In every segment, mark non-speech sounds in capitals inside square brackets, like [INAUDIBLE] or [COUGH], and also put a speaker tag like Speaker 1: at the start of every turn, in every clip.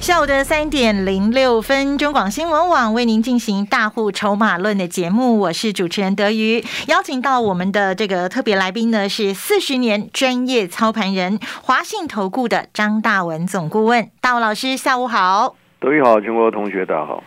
Speaker 1: 下午的三点零六分，中广新闻网为您进行《大户筹码论》的节目，我是主持人德瑜，邀请到我们的这个特别来宾呢是四十年专业操盘人华信投顾的张大文总顾问，大文老师下午好。
Speaker 2: 德语好，全国同学大家好。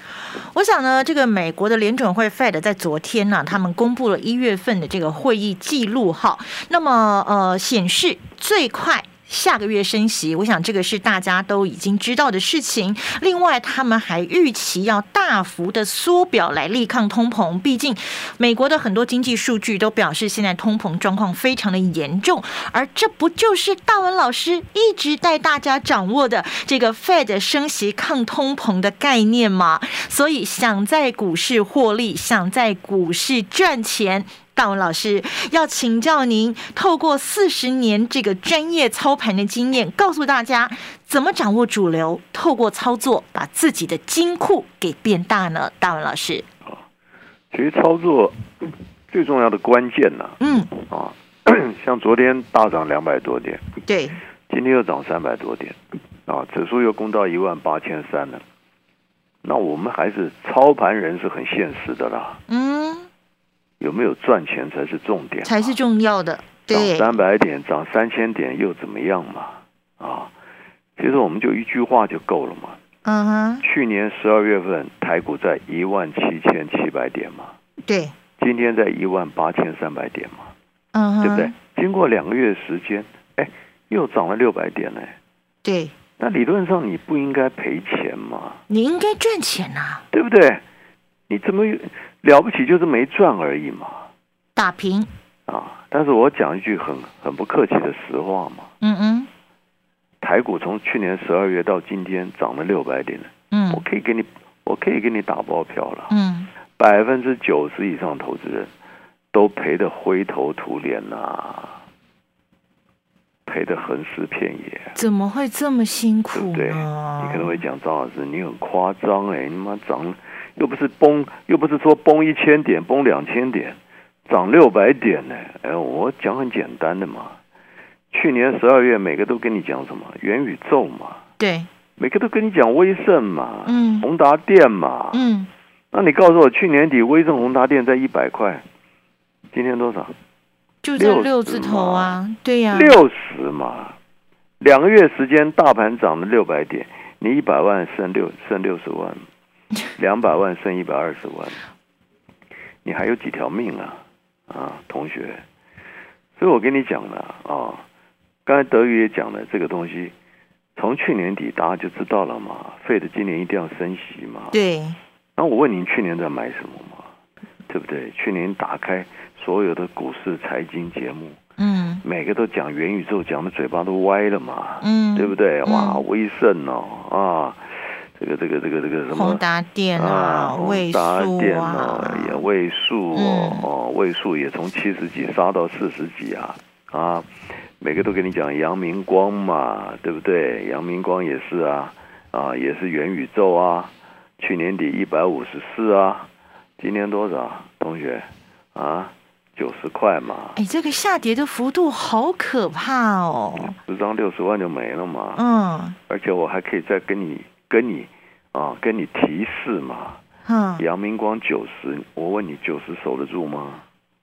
Speaker 1: 我想呢，这个美国的联准会 Fed 在昨天呢、他们公布了一月份的这个会议记录哈，那么呃显示最快。下个月升息，我想这个是大家都已经知道的事情。另外，他们还预期要大幅的缩表来力抗通膨，毕竟美国的很多经济数据都表示现在通膨状况非常的严重，而这不就是大文老师一直带大家掌握的这个 Fed 升息抗通膨的概念吗？所以，想在股市获利，想在股市赚钱。大文老师要请教您，透过四十年这个专业操盘的经验，告诉大家怎么掌握主流，透过操作把自己的金库给变大呢？大文老师，
Speaker 2: 其实操作嗯最重要的关键呢、
Speaker 1: 嗯，
Speaker 2: 啊， [CLEARS THROAT] 像昨天大涨两百多点，
Speaker 1: 对，
Speaker 2: 今天又涨三百多点，啊，指数又攻到一万八千三了。那我们还是操盘人是很现实的啦，
Speaker 1: 嗯，
Speaker 2: 有没有赚钱才是重点嘛，
Speaker 1: 才是重要的，
Speaker 2: 涨
Speaker 1: 对，
Speaker 2: 三百点，涨三千点又怎么样嘛？啊，其实我们就一句话就够了嘛。
Speaker 1: 嗯哼，
Speaker 2: 去年十二月份台股在一万七千七百点嘛，
Speaker 1: 对，
Speaker 2: 今天在一万八千三百点嘛，
Speaker 1: 嗯哼，
Speaker 2: 对不对？？经过两个月时间，哎，又涨了六百点呢。
Speaker 1: 对，
Speaker 2: 那理论上你不应该赔钱嘛，
Speaker 1: 你应该赚钱啊呐、
Speaker 2: 对不对？你怎么了不起就是没赚而已嘛
Speaker 1: 打平，
Speaker 2: 啊！但是我讲一句很很不客气的实话嘛，
Speaker 1: 嗯嗯
Speaker 2: 台股从去年十二月到今天涨了六百点了，我
Speaker 1: 嗯
Speaker 2: 可以给你，我可以给你打包票了。
Speaker 1: 嗯，
Speaker 2: 百分之九十以上投资人都赔得灰头土脸呐、赔得横尸遍野。
Speaker 1: 怎么会这么辛苦
Speaker 2: 对
Speaker 1: 啊
Speaker 2: 不
Speaker 1: 呢？
Speaker 2: 对？你可能会讲张老师，你很夸张哎、你妈涨又不是崩，又不是说崩一千点、崩两千点，涨六百点呢、哎，我讲很简单的嘛。去年十二月，每个都跟你讲什么元宇宙嘛，
Speaker 1: 对，
Speaker 2: 每个都跟你讲威盛嘛，
Speaker 1: 嗯
Speaker 2: 宏达电嘛，
Speaker 1: 嗯，
Speaker 2: 那你告诉我，去年底威盛宏达电在一百块，今天多少？
Speaker 1: 就在
Speaker 2: 六
Speaker 1: 六
Speaker 2: 十
Speaker 1: 字头啊，对呀、
Speaker 2: 六十嘛，两个月时间，大盘涨了六百点，你一百万剩六剩六十万，两百万剩一百二十万，你还有几条命啊？啊，同学，所以我跟你讲了啊，刚才德语也讲了这个东西，从去年底大家就知道了嘛，费的今年一定要升息嘛。
Speaker 1: 对，
Speaker 2: 那我问你，去年在买什么嘛？对不对？去年打开所有的股市财经节目，
Speaker 1: 嗯
Speaker 2: 每个都讲元宇宙，讲的嘴巴都歪了嘛，
Speaker 1: 嗯，
Speaker 2: 对不对？
Speaker 1: 嗯
Speaker 2: 哇，威盛哦，啊，这个这个这个这个什
Speaker 1: 宏
Speaker 2: 么
Speaker 1: 达电啊，
Speaker 2: 啊，
Speaker 1: 位数
Speaker 2: 宏达电
Speaker 1: 啊
Speaker 2: 哦，，也位数哦
Speaker 1: 嗯，
Speaker 2: 哦，位数也从七十几杀到四十几啊，啊，每个都跟你讲阳明光嘛，对不对？阳明光也是啊，啊，也是元宇宙啊，去年底一百五十四啊，今年多少？同学啊，九十块嘛，
Speaker 1: 哎，这个下跌的幅度好可怕哦。
Speaker 2: 十张六十万就没了嘛。
Speaker 1: 嗯
Speaker 2: 而且我还可以再跟你跟你啊跟你提示嘛。
Speaker 1: 嗯，
Speaker 2: 阳明光九十，我问你九十守得住吗？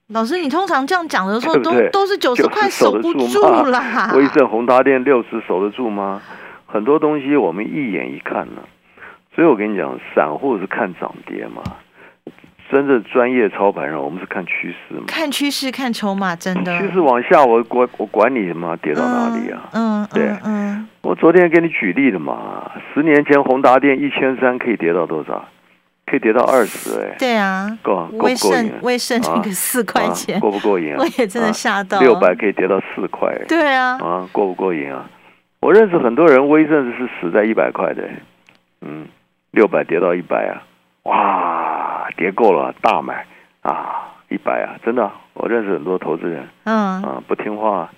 Speaker 1: 老师，你通常这样讲的时候，
Speaker 2: 对不
Speaker 1: 都
Speaker 2: 对
Speaker 1: 都是九十块
Speaker 2: 守得
Speaker 1: 不
Speaker 2: 住
Speaker 1: 住
Speaker 2: 吗 [LAUGHS]
Speaker 1: 啦。
Speaker 2: 威盛宏达电六十守得住吗？很多东西我们一眼一看呢、所以我跟你讲，散户是看涨跌嘛，真正专业操盘人我们是看趋势嘛。
Speaker 1: 看趋势，看筹码，真的。
Speaker 2: 趋势往下，我管我管你什么跌到哪里啊？
Speaker 1: 嗯，嗯
Speaker 2: 对
Speaker 1: 嗯嗯，
Speaker 2: 我昨天给你举例的嘛，十年前宏达电一千三可以跌到多少？可以跌到二十哎。
Speaker 1: 对啊。
Speaker 2: 够啊够不
Speaker 1: 威
Speaker 2: 过瘾
Speaker 1: 盛？威盛那个四块钱
Speaker 2: 啊，过不过瘾啊？
Speaker 1: 我也真的吓到。
Speaker 2: 六百。可以跌到四块，
Speaker 1: 对啊，
Speaker 2: 啊，过不过瘾啊？我认识很多人，威盛是死在一百块的，嗯，六百跌到一百啊，哇，跌够了，大买啊，一百啊，真的啊、我认识很多投资人
Speaker 1: 嗯
Speaker 2: 啊，不听话，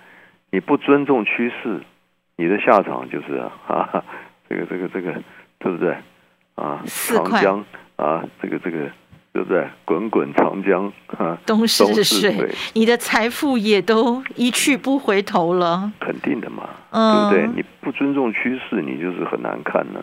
Speaker 2: 你不尊重趋势，你的下场就是啊，哈哈这个这个这个，对不对？啊，
Speaker 1: 四
Speaker 2: 长
Speaker 1: 块
Speaker 2: 江啊，这个这个，对不对？滚滚长江啊，
Speaker 1: 东
Speaker 2: 都
Speaker 1: 逝
Speaker 2: 是
Speaker 1: 水
Speaker 2: 水，
Speaker 1: 你的财富也都一去不回头了。
Speaker 2: 肯定的嘛，
Speaker 1: 嗯，
Speaker 2: 对不对？你不尊重趋势，你就是很难看呐、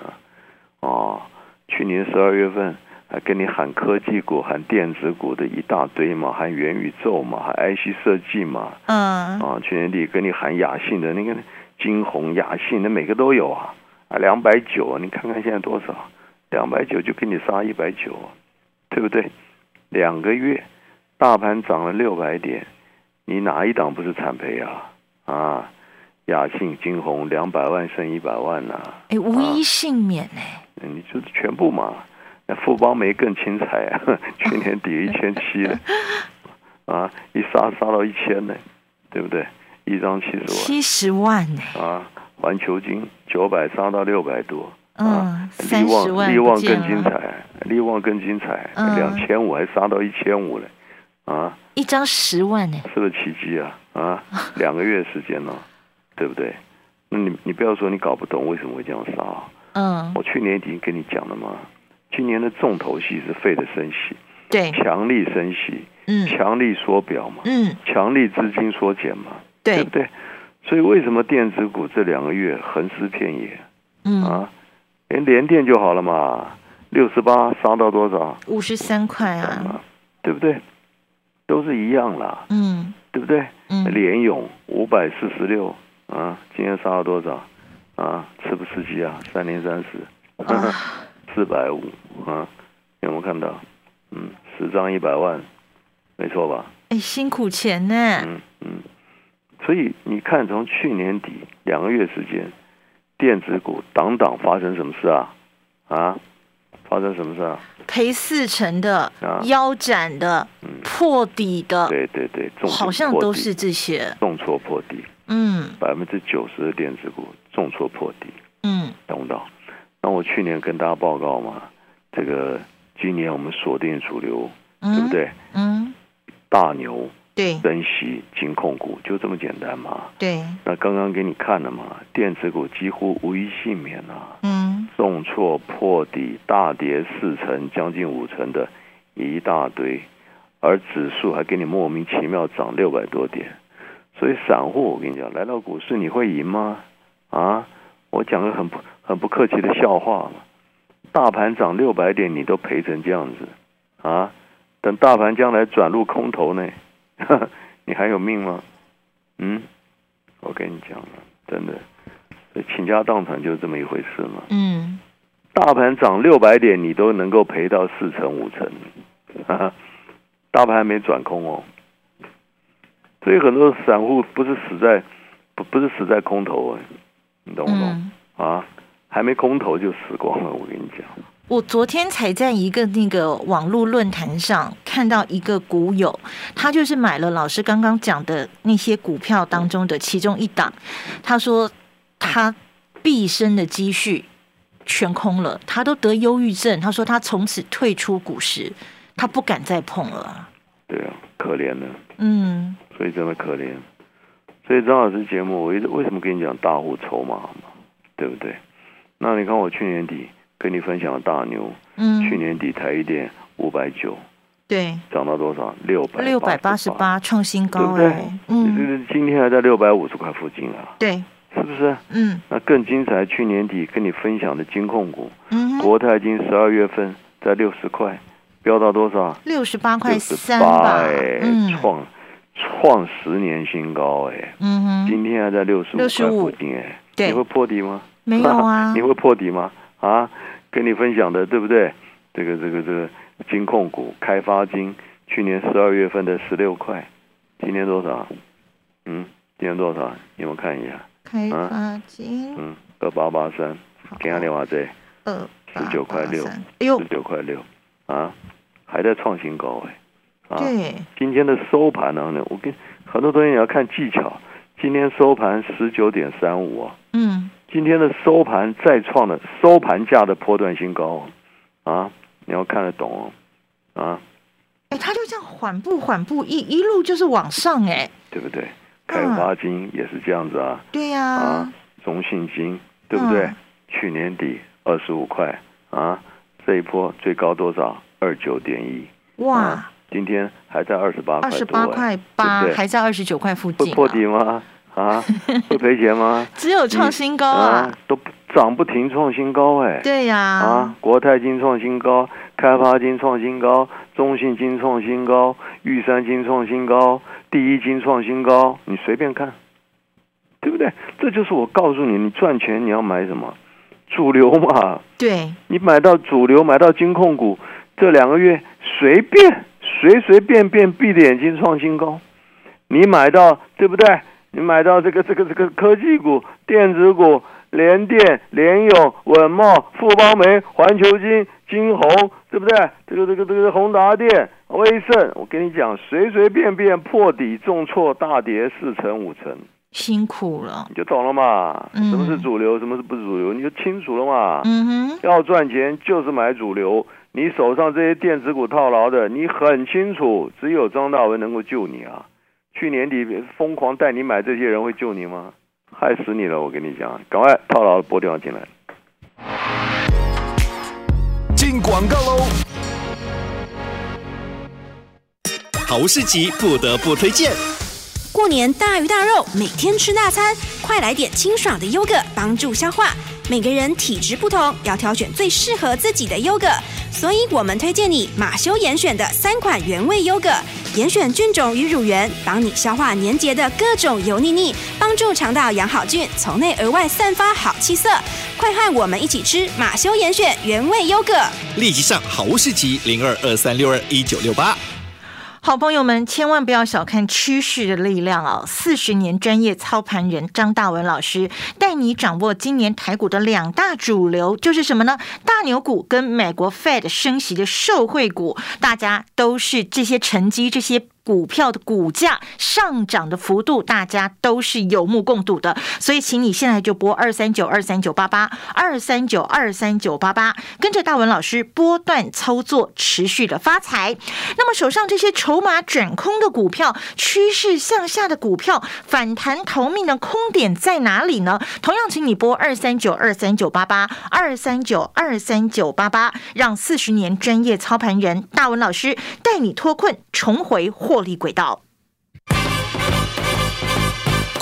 Speaker 2: 哦，去年十二月份还跟你喊科技股、喊电子股的一大堆嘛，喊元宇宙嘛，喊 IC 设计嘛，
Speaker 1: 嗯，
Speaker 2: 啊，去年底跟你喊雅信的那个金红、雅信，那每个都有啊，啊，两百九，你看看现在多少？两百九就给你杀一百九，对不对？两个月，大盘涨了六百点，你哪一档不是惨赔啊？啊，雅信、金红两百万剩一百万呐、
Speaker 1: 哎，无一幸免哎、
Speaker 2: 你就是全部嘛。那富邦没更精彩啊， [LAUGHS] 去年底一千七了，啊，一杀杀到一千呢，对不对？一张七十
Speaker 1: 七十万哎、
Speaker 2: 万啊，环球金九百杀到六百多，
Speaker 1: 嗯，
Speaker 2: 力
Speaker 1: 三十
Speaker 2: 旺
Speaker 1: 万
Speaker 2: 力
Speaker 1: 不
Speaker 2: 旺
Speaker 1: 见
Speaker 2: 更精
Speaker 1: 了，
Speaker 2: 彩，力旺更精彩，
Speaker 1: 嗯
Speaker 2: 两千五还杀到一千五了，啊，
Speaker 1: 一张十万哎、
Speaker 2: 是不是奇迹啊？啊，
Speaker 1: [LAUGHS]
Speaker 2: 两个月时间呢、哦对不对？那你你不要说你搞不懂为什么会这样杀、啊。
Speaker 1: 嗯，
Speaker 2: 我去年已经跟你讲了嘛，今年的重头戏是费的升息，
Speaker 1: 对，
Speaker 2: 强力升息，
Speaker 1: 嗯
Speaker 2: 强力缩表嘛，
Speaker 1: 嗯，
Speaker 2: 强力资金缩减嘛，
Speaker 1: 对
Speaker 2: 不，对？所以为什么电子股这两个月横尸遍野
Speaker 1: 嗯，
Speaker 2: 啊？连联电就好了嘛，六十八杀到多少
Speaker 1: 五十三块啊，
Speaker 2: 啊？对不对？都是一样啦，
Speaker 1: 嗯
Speaker 2: 对不对？
Speaker 1: 嗯，
Speaker 2: 联勇五百四十六啊，今天杀到多少啊？吃不吃鸡啊？三零三十。
Speaker 1: 啊，
Speaker 2: [LAUGHS] 四百五啊，有没有看到？嗯，十张一百万，没错吧？
Speaker 1: 哎，辛苦钱呢、
Speaker 2: 嗯嗯，所以你看，从去年底两个月时间，电子股档档发生什么事啊？啊，发生什么事啊？
Speaker 1: 赔四成的、
Speaker 2: 啊
Speaker 1: 腰斩的、
Speaker 2: 嗯
Speaker 1: 破底的，
Speaker 2: 对对对，重挫
Speaker 1: 啊好像
Speaker 2: 破
Speaker 1: 都
Speaker 2: 底
Speaker 1: 是这些。
Speaker 2: 重挫破底，
Speaker 1: 嗯
Speaker 2: 百分之九十的电子股重挫破底，
Speaker 1: 嗯
Speaker 2: 懂不懂？那我去年跟大家报告嘛，这个今年我们锁定主流，
Speaker 1: 嗯，
Speaker 2: 对不？对？
Speaker 1: 嗯，
Speaker 2: 大牛
Speaker 1: 对
Speaker 2: 珍惜金控股，就这么简单嘛。
Speaker 1: 对，
Speaker 2: 那刚刚给你看了嘛，电子股几乎无一幸免啊，
Speaker 1: 嗯
Speaker 2: 重挫破底，大跌四成，将近五成的一大堆，而指数还给你莫名其妙涨六百多点，所以散户我跟你讲，来到股市你会赢吗？啊，我讲个很不很不客气的笑话嘛，大盘涨六百点你都赔成这样子，啊，等大盘将来转入空头呢， [LAUGHS] 你还有命吗？嗯，我跟你讲了，真的，所以倾家荡产就是这么一回事嘛。
Speaker 1: 嗯，
Speaker 2: 大盘涨六百点，你都能够赔到四成五成，哈哈，大盘还没转空哦。所以很多散户不是死在不不是死在空头哎，你懂不懂、
Speaker 1: 嗯
Speaker 2: 啊？还没空头就死光了，我跟你讲。
Speaker 1: 我昨天才在一个那个网络论坛上看到一个股友，他就是买了老师刚刚讲的那些股票当中的其中一档，他说他毕生的积蓄全空了，他都得忧郁症，他说他从此退出股市，他不敢再碰了。
Speaker 2: 对啊，可怜了，
Speaker 1: 嗯
Speaker 2: 所以真的可怜。所以张老师节目，我一直为什么跟你讲大户筹码嘛，对不对？那你看我去年底跟你分享的大牛，去
Speaker 1: 嗯，
Speaker 2: 年底台一电五百九
Speaker 1: 对，
Speaker 2: 涨到多少？六百
Speaker 1: 六百八十，八创新
Speaker 2: 对
Speaker 1: 高
Speaker 2: 不
Speaker 1: 哎、
Speaker 2: 对？你这
Speaker 1: 嗯，
Speaker 2: 个今天还在六百五十块附近啊，
Speaker 1: 对，
Speaker 2: 是不是？
Speaker 1: 嗯
Speaker 2: 那更精彩，去年底跟你分享的金控股，
Speaker 1: 嗯哼，
Speaker 2: 国泰金十二月份在六十块，飙到多少？
Speaker 1: 六十八块
Speaker 2: 六十
Speaker 1: 三
Speaker 2: 八
Speaker 1: 吧，
Speaker 2: 哎，
Speaker 1: 嗯
Speaker 2: 创创十年新高哎，
Speaker 1: 嗯哼。
Speaker 2: 今天还在六十五块
Speaker 1: 65
Speaker 2: 附近哎，
Speaker 1: 对
Speaker 2: 你会破底吗？
Speaker 1: 没有啊
Speaker 2: [LAUGHS] 你，会破底吗？啊，跟你分享的对不对？这个这个这个金控股开发金，去年十二月份的十六块，今天多少？嗯，今天多少？你们看一下，
Speaker 1: 开发金
Speaker 2: 嗯，二八八三，今天电话这
Speaker 1: 二
Speaker 2: 19块六
Speaker 1: 哎呦
Speaker 2: 十，九块六，啊，还在创新高哎，啊，
Speaker 1: 对，
Speaker 2: 今天的收盘呢，我跟很多东西你要看技巧，今天收盘十九点三五啊，
Speaker 1: 嗯
Speaker 2: 今天的收盘再创了收盘价的波段新高哦，啊，你要看得懂哦，啊，
Speaker 1: 哎，他就这样缓步缓步一一路就是往上哎，
Speaker 2: 对不对？开发金也是这样子啊，
Speaker 1: 对呀、
Speaker 2: 啊，中信金对不对？
Speaker 1: 嗯
Speaker 2: 去年底二十五块啊，这一波最高多少？二九点一，
Speaker 1: 哇
Speaker 2: 啊，今天还在二十八块
Speaker 1: 二
Speaker 2: 多、哎
Speaker 1: 十八块八
Speaker 2: 对不，对
Speaker 1: 还在二十九块附近、
Speaker 2: 会
Speaker 1: 啊，
Speaker 2: 破底吗？
Speaker 1: [LAUGHS]
Speaker 2: 啊，会赔钱吗？
Speaker 1: 只有创新高啊，
Speaker 2: 啊，都不涨不停，创新高哎、
Speaker 1: 对呀、
Speaker 2: 啊，国泰金创新高，开发金创新高，中信金创新高，玉山金创新高，第一金创新高，你随便看，对不对？这就是我告诉你，你赚钱你要买什么，主流嘛，
Speaker 1: 对，
Speaker 2: 你买到主流，买到金控股，这两个月随便随随便便闭着眼睛创新高，你买到对不对？你买到这个这个这个科技股、电子股、联电、联咏、稳茂、富邦煤、环球金、金鸿，对不对？这个这个这个宏达电、威盛，我跟你讲，随随便便破底重挫大跌四成五成，
Speaker 1: 辛苦了，
Speaker 2: 你就懂了嘛？
Speaker 1: 嗯
Speaker 2: 什么是主流，什么是不主流，你就清楚了嘛？
Speaker 1: 嗯哼，
Speaker 2: 要赚钱就是买主流，你手上这些电子股套牢的，你很清楚，只有张大文能够救你啊！去年底疯狂带你买这些人会救你吗？害死你了！我跟你讲，赶快套牢了拨电话进来。
Speaker 3: 进广告喽。好市集不得不推荐，
Speaker 4: 过年大鱼大肉，每天吃大餐，快来点清爽的优格，帮助消化。每个人体质不同，要挑选最适合自己的优格，所以我们推荐你马修严选的三款原味优格，严选菌种与乳源，帮你消化粘结的各种油腻腻，帮助肠道养好菌，从内而外散发好气色。快和我们一起吃马修严选原味优格。
Speaker 3: 立即上好物市集零二二三六二一九六八。
Speaker 1: 好朋友们千万不要小看趋势的力量哦！四十年专业操盘人张大文老师带你掌握今年台股的两大主流，就是什么呢？大牛股跟美国 Fed 升息的受惠股，大家都是这些成绩这些。股票的股价上涨的幅度，大家都是有目共睹的，所以请你现在就拨二三九二三九八八二三九二三九八八，跟着大文老师波段操作，持续的发财。那么手上这些筹码转空的股票，趋势向下的股票，反弹逃命的空点在哪里呢？同样，请你拨二三九二三九八八二三九二三九八八，让四十年专业操盘人大文老师带你脱困，重回获利轨道。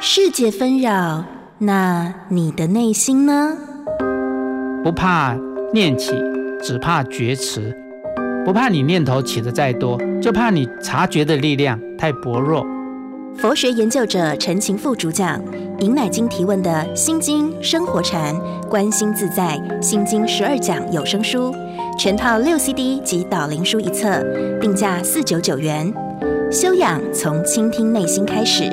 Speaker 4: 世界纷扰，那你的内心呢？
Speaker 5: 不怕念起，只怕觉迟。不怕你念头起得再多，就怕你察觉的力量太薄弱。
Speaker 4: 佛学研究者陈情副主讲尹乃金提问的《心经》生活禅、观心自在《心经》十二讲有声书，全套六 CD 及导灵书一册，定价四九九元。修养从倾听内心开始，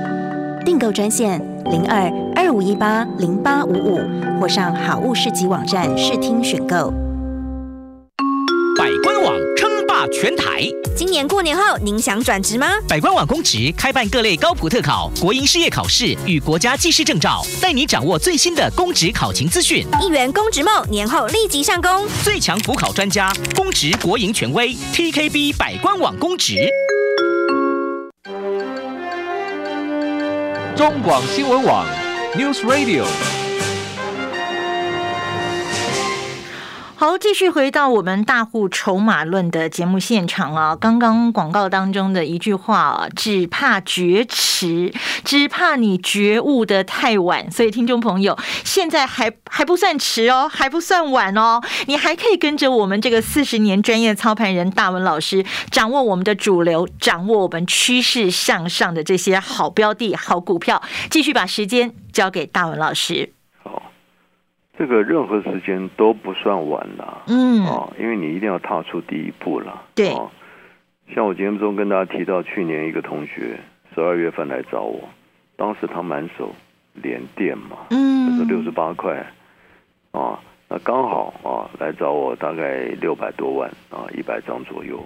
Speaker 4: 订购专线零二二五一八零八五五或上好物市集网站试听选购。
Speaker 6: 百官网称霸全台，
Speaker 4: 今年过年后，您想转职吗？
Speaker 6: 百官网公职开办各类高普特考、国营事业考试与国家技师证照，带你掌握最新的公职考勤资讯。
Speaker 4: 一元公职梦，年后立即上工。
Speaker 6: 最强普考专家，公职国营权威 TKB 百官网公职。
Speaker 7: 中广新闻网 News Radio。
Speaker 1: 好，继续回到我们大户筹码论的节目现场啊。刚刚广告当中的一句话啊，只怕觉迟，只怕你觉悟的太晚。所以，听众朋友，现在还还不算迟哦，还不算晚哦，你还可以跟着我们这个四十年专业操盘人大文老师，掌握我们的主流，掌握我们趋势向上的这些好标的、好股票。继续把时间交给大文老师。
Speaker 2: 好，这个任何时间都不算晚了、
Speaker 1: 嗯，
Speaker 2: 哦，因为你一定要踏出第一步了。啊
Speaker 1: 对
Speaker 2: 哦，像我节目中跟大家提到去年一个同学。十二月份来找我，当时他满手连电嘛，
Speaker 1: 嗯，
Speaker 2: 就是六十八块啊，那刚好啊来找我大概六百多万啊，一百张左右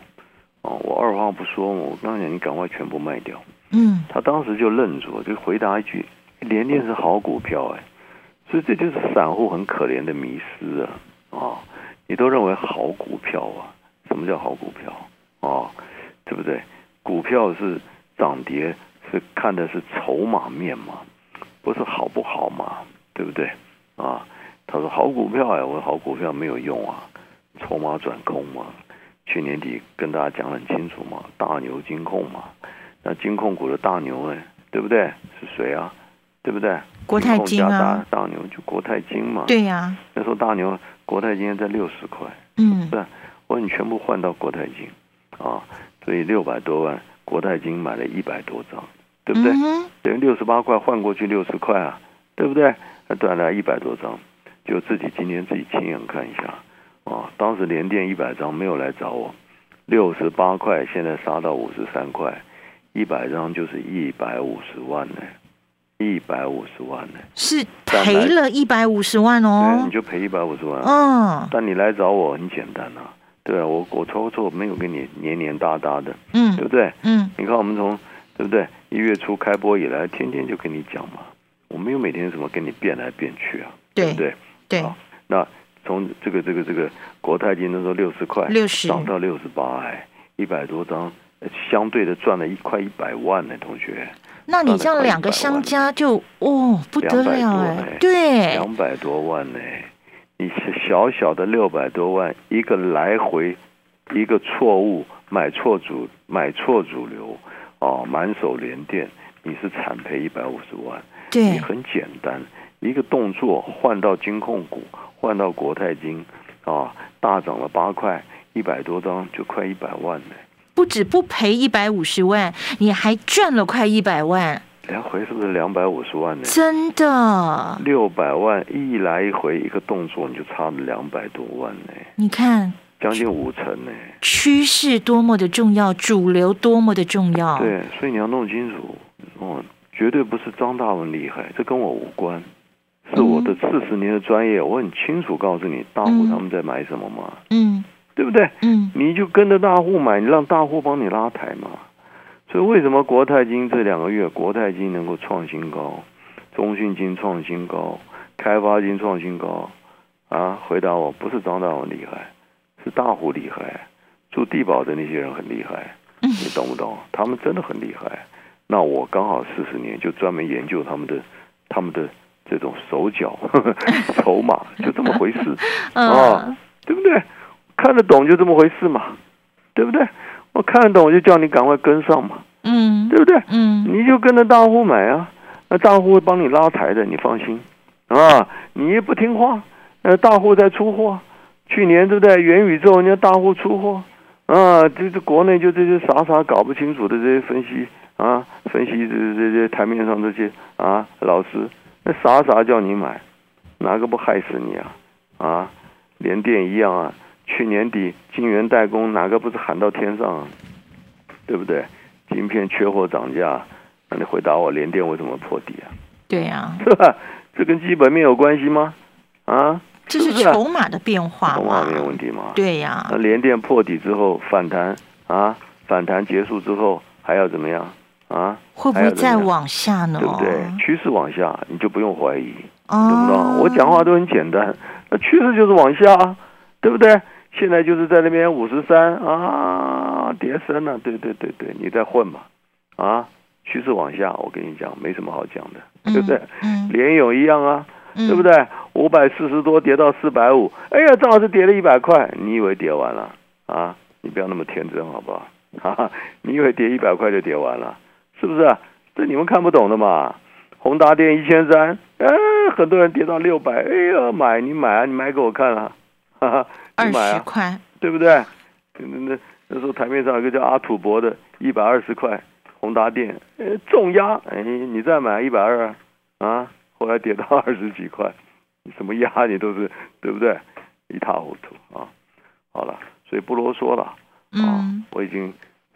Speaker 2: 啊，我二话不说，我刚讲你赶快全部卖掉，
Speaker 1: 嗯
Speaker 2: 他当时就愣住，就回答一句：“联电是好股票哎、所以这就是散户很可怜的迷失啊！啊、你都认为好股票啊？什么叫好股票啊、对不对？股票是涨跌是看的是筹码面嘛，不是好不好嘛，对不对？啊，他说好股票哎、我说好股票没有用啊，筹码转空嘛。去年底跟大家讲得很清楚嘛，大牛金控嘛，那金控股的大牛哎、对不对？是谁啊？对不对？
Speaker 1: 国泰金啊
Speaker 2: 控加大大牛就国泰金嘛。，
Speaker 1: 对呀，
Speaker 2: 那时候大牛国泰金在六十块，
Speaker 1: 嗯
Speaker 2: 对，我说你全部换到国泰金啊，所以六百多万国泰金买了一百多张，对不对？
Speaker 1: 嗯哼
Speaker 2: 等于六十八块换过去六十块啊，对不对？他赚了一百多张，就自己今天自己亲眼看一下啊。当时连电一百张没有来找我，六十八块现在杀到五十三块，一百张就是一百五十万呢、一百五十万呢、
Speaker 1: 是赔了一百五十万
Speaker 2: 对，
Speaker 1: 哦
Speaker 2: 你，就赔一百五十万啊、
Speaker 1: 嗯
Speaker 2: 但你来找我很简单呐、对啊，我我操作没有跟你黏黏哒哒的，对不
Speaker 1: 嗯
Speaker 2: 对？
Speaker 1: 嗯
Speaker 2: 你看我们从对不对一月初开播以来，天天就跟你讲嘛，我没有每天什么跟你变来变去啊，对
Speaker 1: 对
Speaker 2: 不对？
Speaker 1: 对
Speaker 2: 好，那从这个这个这个国泰金那时候六十块，
Speaker 1: 60
Speaker 2: 涨到六十八，哎，一百多张，呃相对的赚了一块一百万呢，同学，
Speaker 1: 那你这样两个商家就哦不得了哎
Speaker 2: 200多哎，
Speaker 1: 对，
Speaker 2: 两百多万呢，你小小的六百多万，一个来回，一个错误，买错主，买错主流，哦，满手连电，你是惨赔一百五十万。
Speaker 1: 对
Speaker 2: 也，很简单，一个动作换到金控股，换到国泰金，啊，大涨了八块，一百多张就快一百万呢，
Speaker 1: 不止不赔一百五十万，你还赚了快一百万，
Speaker 2: 来回是不是两百五十万呢？
Speaker 1: 真的，
Speaker 2: 六百万一来一回一个动作，你就差了两百多万呢，
Speaker 1: 你看
Speaker 2: 将近五成呢。
Speaker 1: 趋势多么的重要，主流多么的重要，
Speaker 2: 对，所以你要弄清楚，哦，绝对不是张大文厉害，这跟我无关，是我的四十年的专业，我很清楚告诉你，大户他们在买什么嘛，
Speaker 1: 嗯
Speaker 2: 对不对？
Speaker 1: 嗯
Speaker 2: 你就跟着大户买，你让大户帮你拉抬嘛。所以为什么国泰金这两个月国泰金能够创新高，中讯金创新高，开发金创新高？啊，回答我，不是张大文厉害，是大户厉害，住地堡的那些人很厉害，你懂不懂？他们真的很厉害。那我刚好四十年就专门研究他们的他们的这种手脚筹码，就这么回事。
Speaker 1: 嗯
Speaker 2: 啊，对不对？看得懂就这么回事嘛，对不对？我看得懂，我就叫你赶快跟上嘛，
Speaker 1: 嗯
Speaker 2: 对不对？
Speaker 1: 嗯
Speaker 2: 你就跟着大户买啊，那大户会帮你拉抬的，你放心啊。你也不听话，那大户在出货。去年对不对？元宇宙人家大户出货啊，这这国内就这些傻傻搞不清楚的这些分析啊，分析这这这台面上这些啊老师，那傻傻叫你买，哪个不害死你啊？啊，联电一样啊，去年底晶圆代工哪个不是喊到天上啊？对不对？晶片缺货涨价，那你回答我，联电为什么破底啊？ [LAUGHS]
Speaker 1: 对呀、啊，
Speaker 2: 是吧？这跟基本面有关系吗？啊，
Speaker 1: 这是
Speaker 2: 是不是
Speaker 1: 筹码的变化
Speaker 2: 筹码
Speaker 1: 嘛
Speaker 2: 没，有问题吗？
Speaker 1: 对呀、
Speaker 2: 那联电破底之后反弹啊，反弹结束之后还要怎么样啊？
Speaker 1: 会不
Speaker 2: 还
Speaker 1: 会
Speaker 2: 要怎么
Speaker 1: 再
Speaker 2: 样？
Speaker 1: 往哦下呢？
Speaker 2: 对不对？趋势往下，你就不用怀疑，
Speaker 1: 哦，
Speaker 2: 懂不懂？我讲话都很简单，那趋势就是往下啊，对不对？现在就是在那边五十三啊，跌深了、对对对对，你在混嘛，啊，趋势往下，我跟你讲，没什么好讲的，对不对？
Speaker 1: 嗯，
Speaker 2: 联勇一样啊，
Speaker 1: 嗯
Speaker 2: 对不？对？五百四十多跌到四百五，哎呀，正好是跌了一百块，你以为跌完了啊？你不要那么天真好不好？哈哈，你以为跌一百块就跌完了，是不是？这你们看不懂的嘛。宏达电一千三，哎，很多人跌到六百，哎呀，买你买啊，你买给我看啊，哈哈，
Speaker 1: 二
Speaker 2: 你买
Speaker 1: 十
Speaker 2: 啊，
Speaker 1: 块，
Speaker 2: 对不对？那那那时候台面上有个叫阿土伯的，一百二十块，宏达电，呃，重压，哎，你再买一百二，啊，后来跌到二十几块，你什么压你都是对不对？一塌糊涂啊！好了，所以不啰嗦了啊
Speaker 1: 嗯，，
Speaker 2: 我已经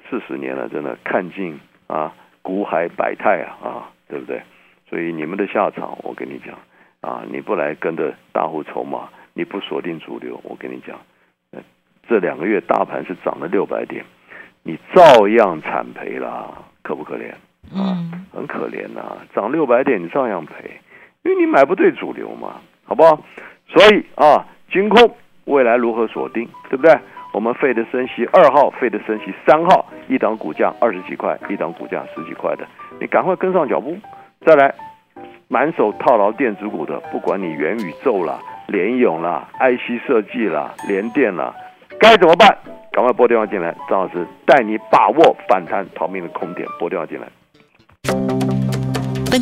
Speaker 2: 四十年了，真的看尽啊股海百态啊啊，对不对？所以你们的下场，我跟你讲啊，你不来跟着大户筹码，你不锁定主流，我跟你讲，呃这两个月大盘是涨了六百点，你照样惨赔啦，可不可怜？啊
Speaker 1: 嗯，
Speaker 2: 很可怜呐、涨六百点你照样赔，因为你买不对主流嘛，好不好？所以啊，金控未来如何锁定，对不对？我们费的升息二号，费的升息三号，一档股价二十几块，一档股价十几块的，你赶快跟上脚步。再来，满手套牢电子股的，不管你元宇宙啦、联咏啦、IC 设计啦、联电啦，该怎么办？赶快拨电话进来，张老师带你把握反弹逃命的空点，拨电话进来。
Speaker 8: 本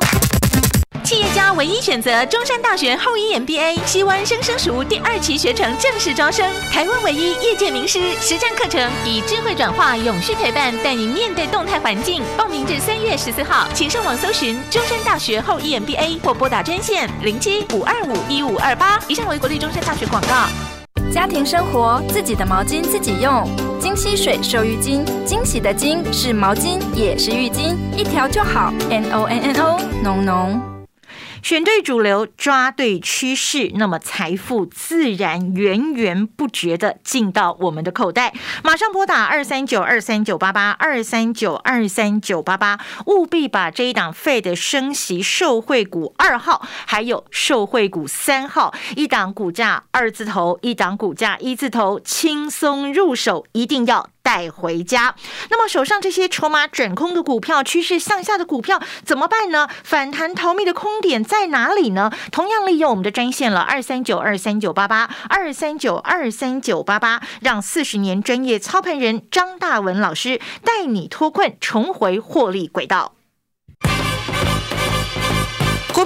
Speaker 9: 企业家唯一选择中山大学后一 MBA 西湾生生熟第二期学程正式招生，台湾唯一业界名师实战课程，以智慧转化、永续陪伴，带你面对动态环境。报名至三月十四号，请上网搜寻中山大学后一 MBA 或拨打专线零七五二五一五二八。以上为国立中山大学广告。
Speaker 4: 家庭生活自己的毛巾自己用，金溪水瘦浴巾，惊喜的惊是毛巾也是浴巾，一条就好，N O N N O，浓浓。
Speaker 1: 选对主流，抓对趋势，那么财富自然源源不绝的进到我们的口袋。马上拨打二三九二三九八八二三九二三九八八，务必把这一档费的升息受惠股二号，还有受惠股三号，一档股价二字头，一档股价一字头，轻松入手，一定要。带回家。那么手上这些筹码转空的股票、趋势向下的股票怎么办呢？反弹逃命的空点在哪里呢？同样利用我们的专线了二三九二三九八八二三九二三九八八，让四十年专业操盘人张大文老师带你脱困，重回获利轨道。股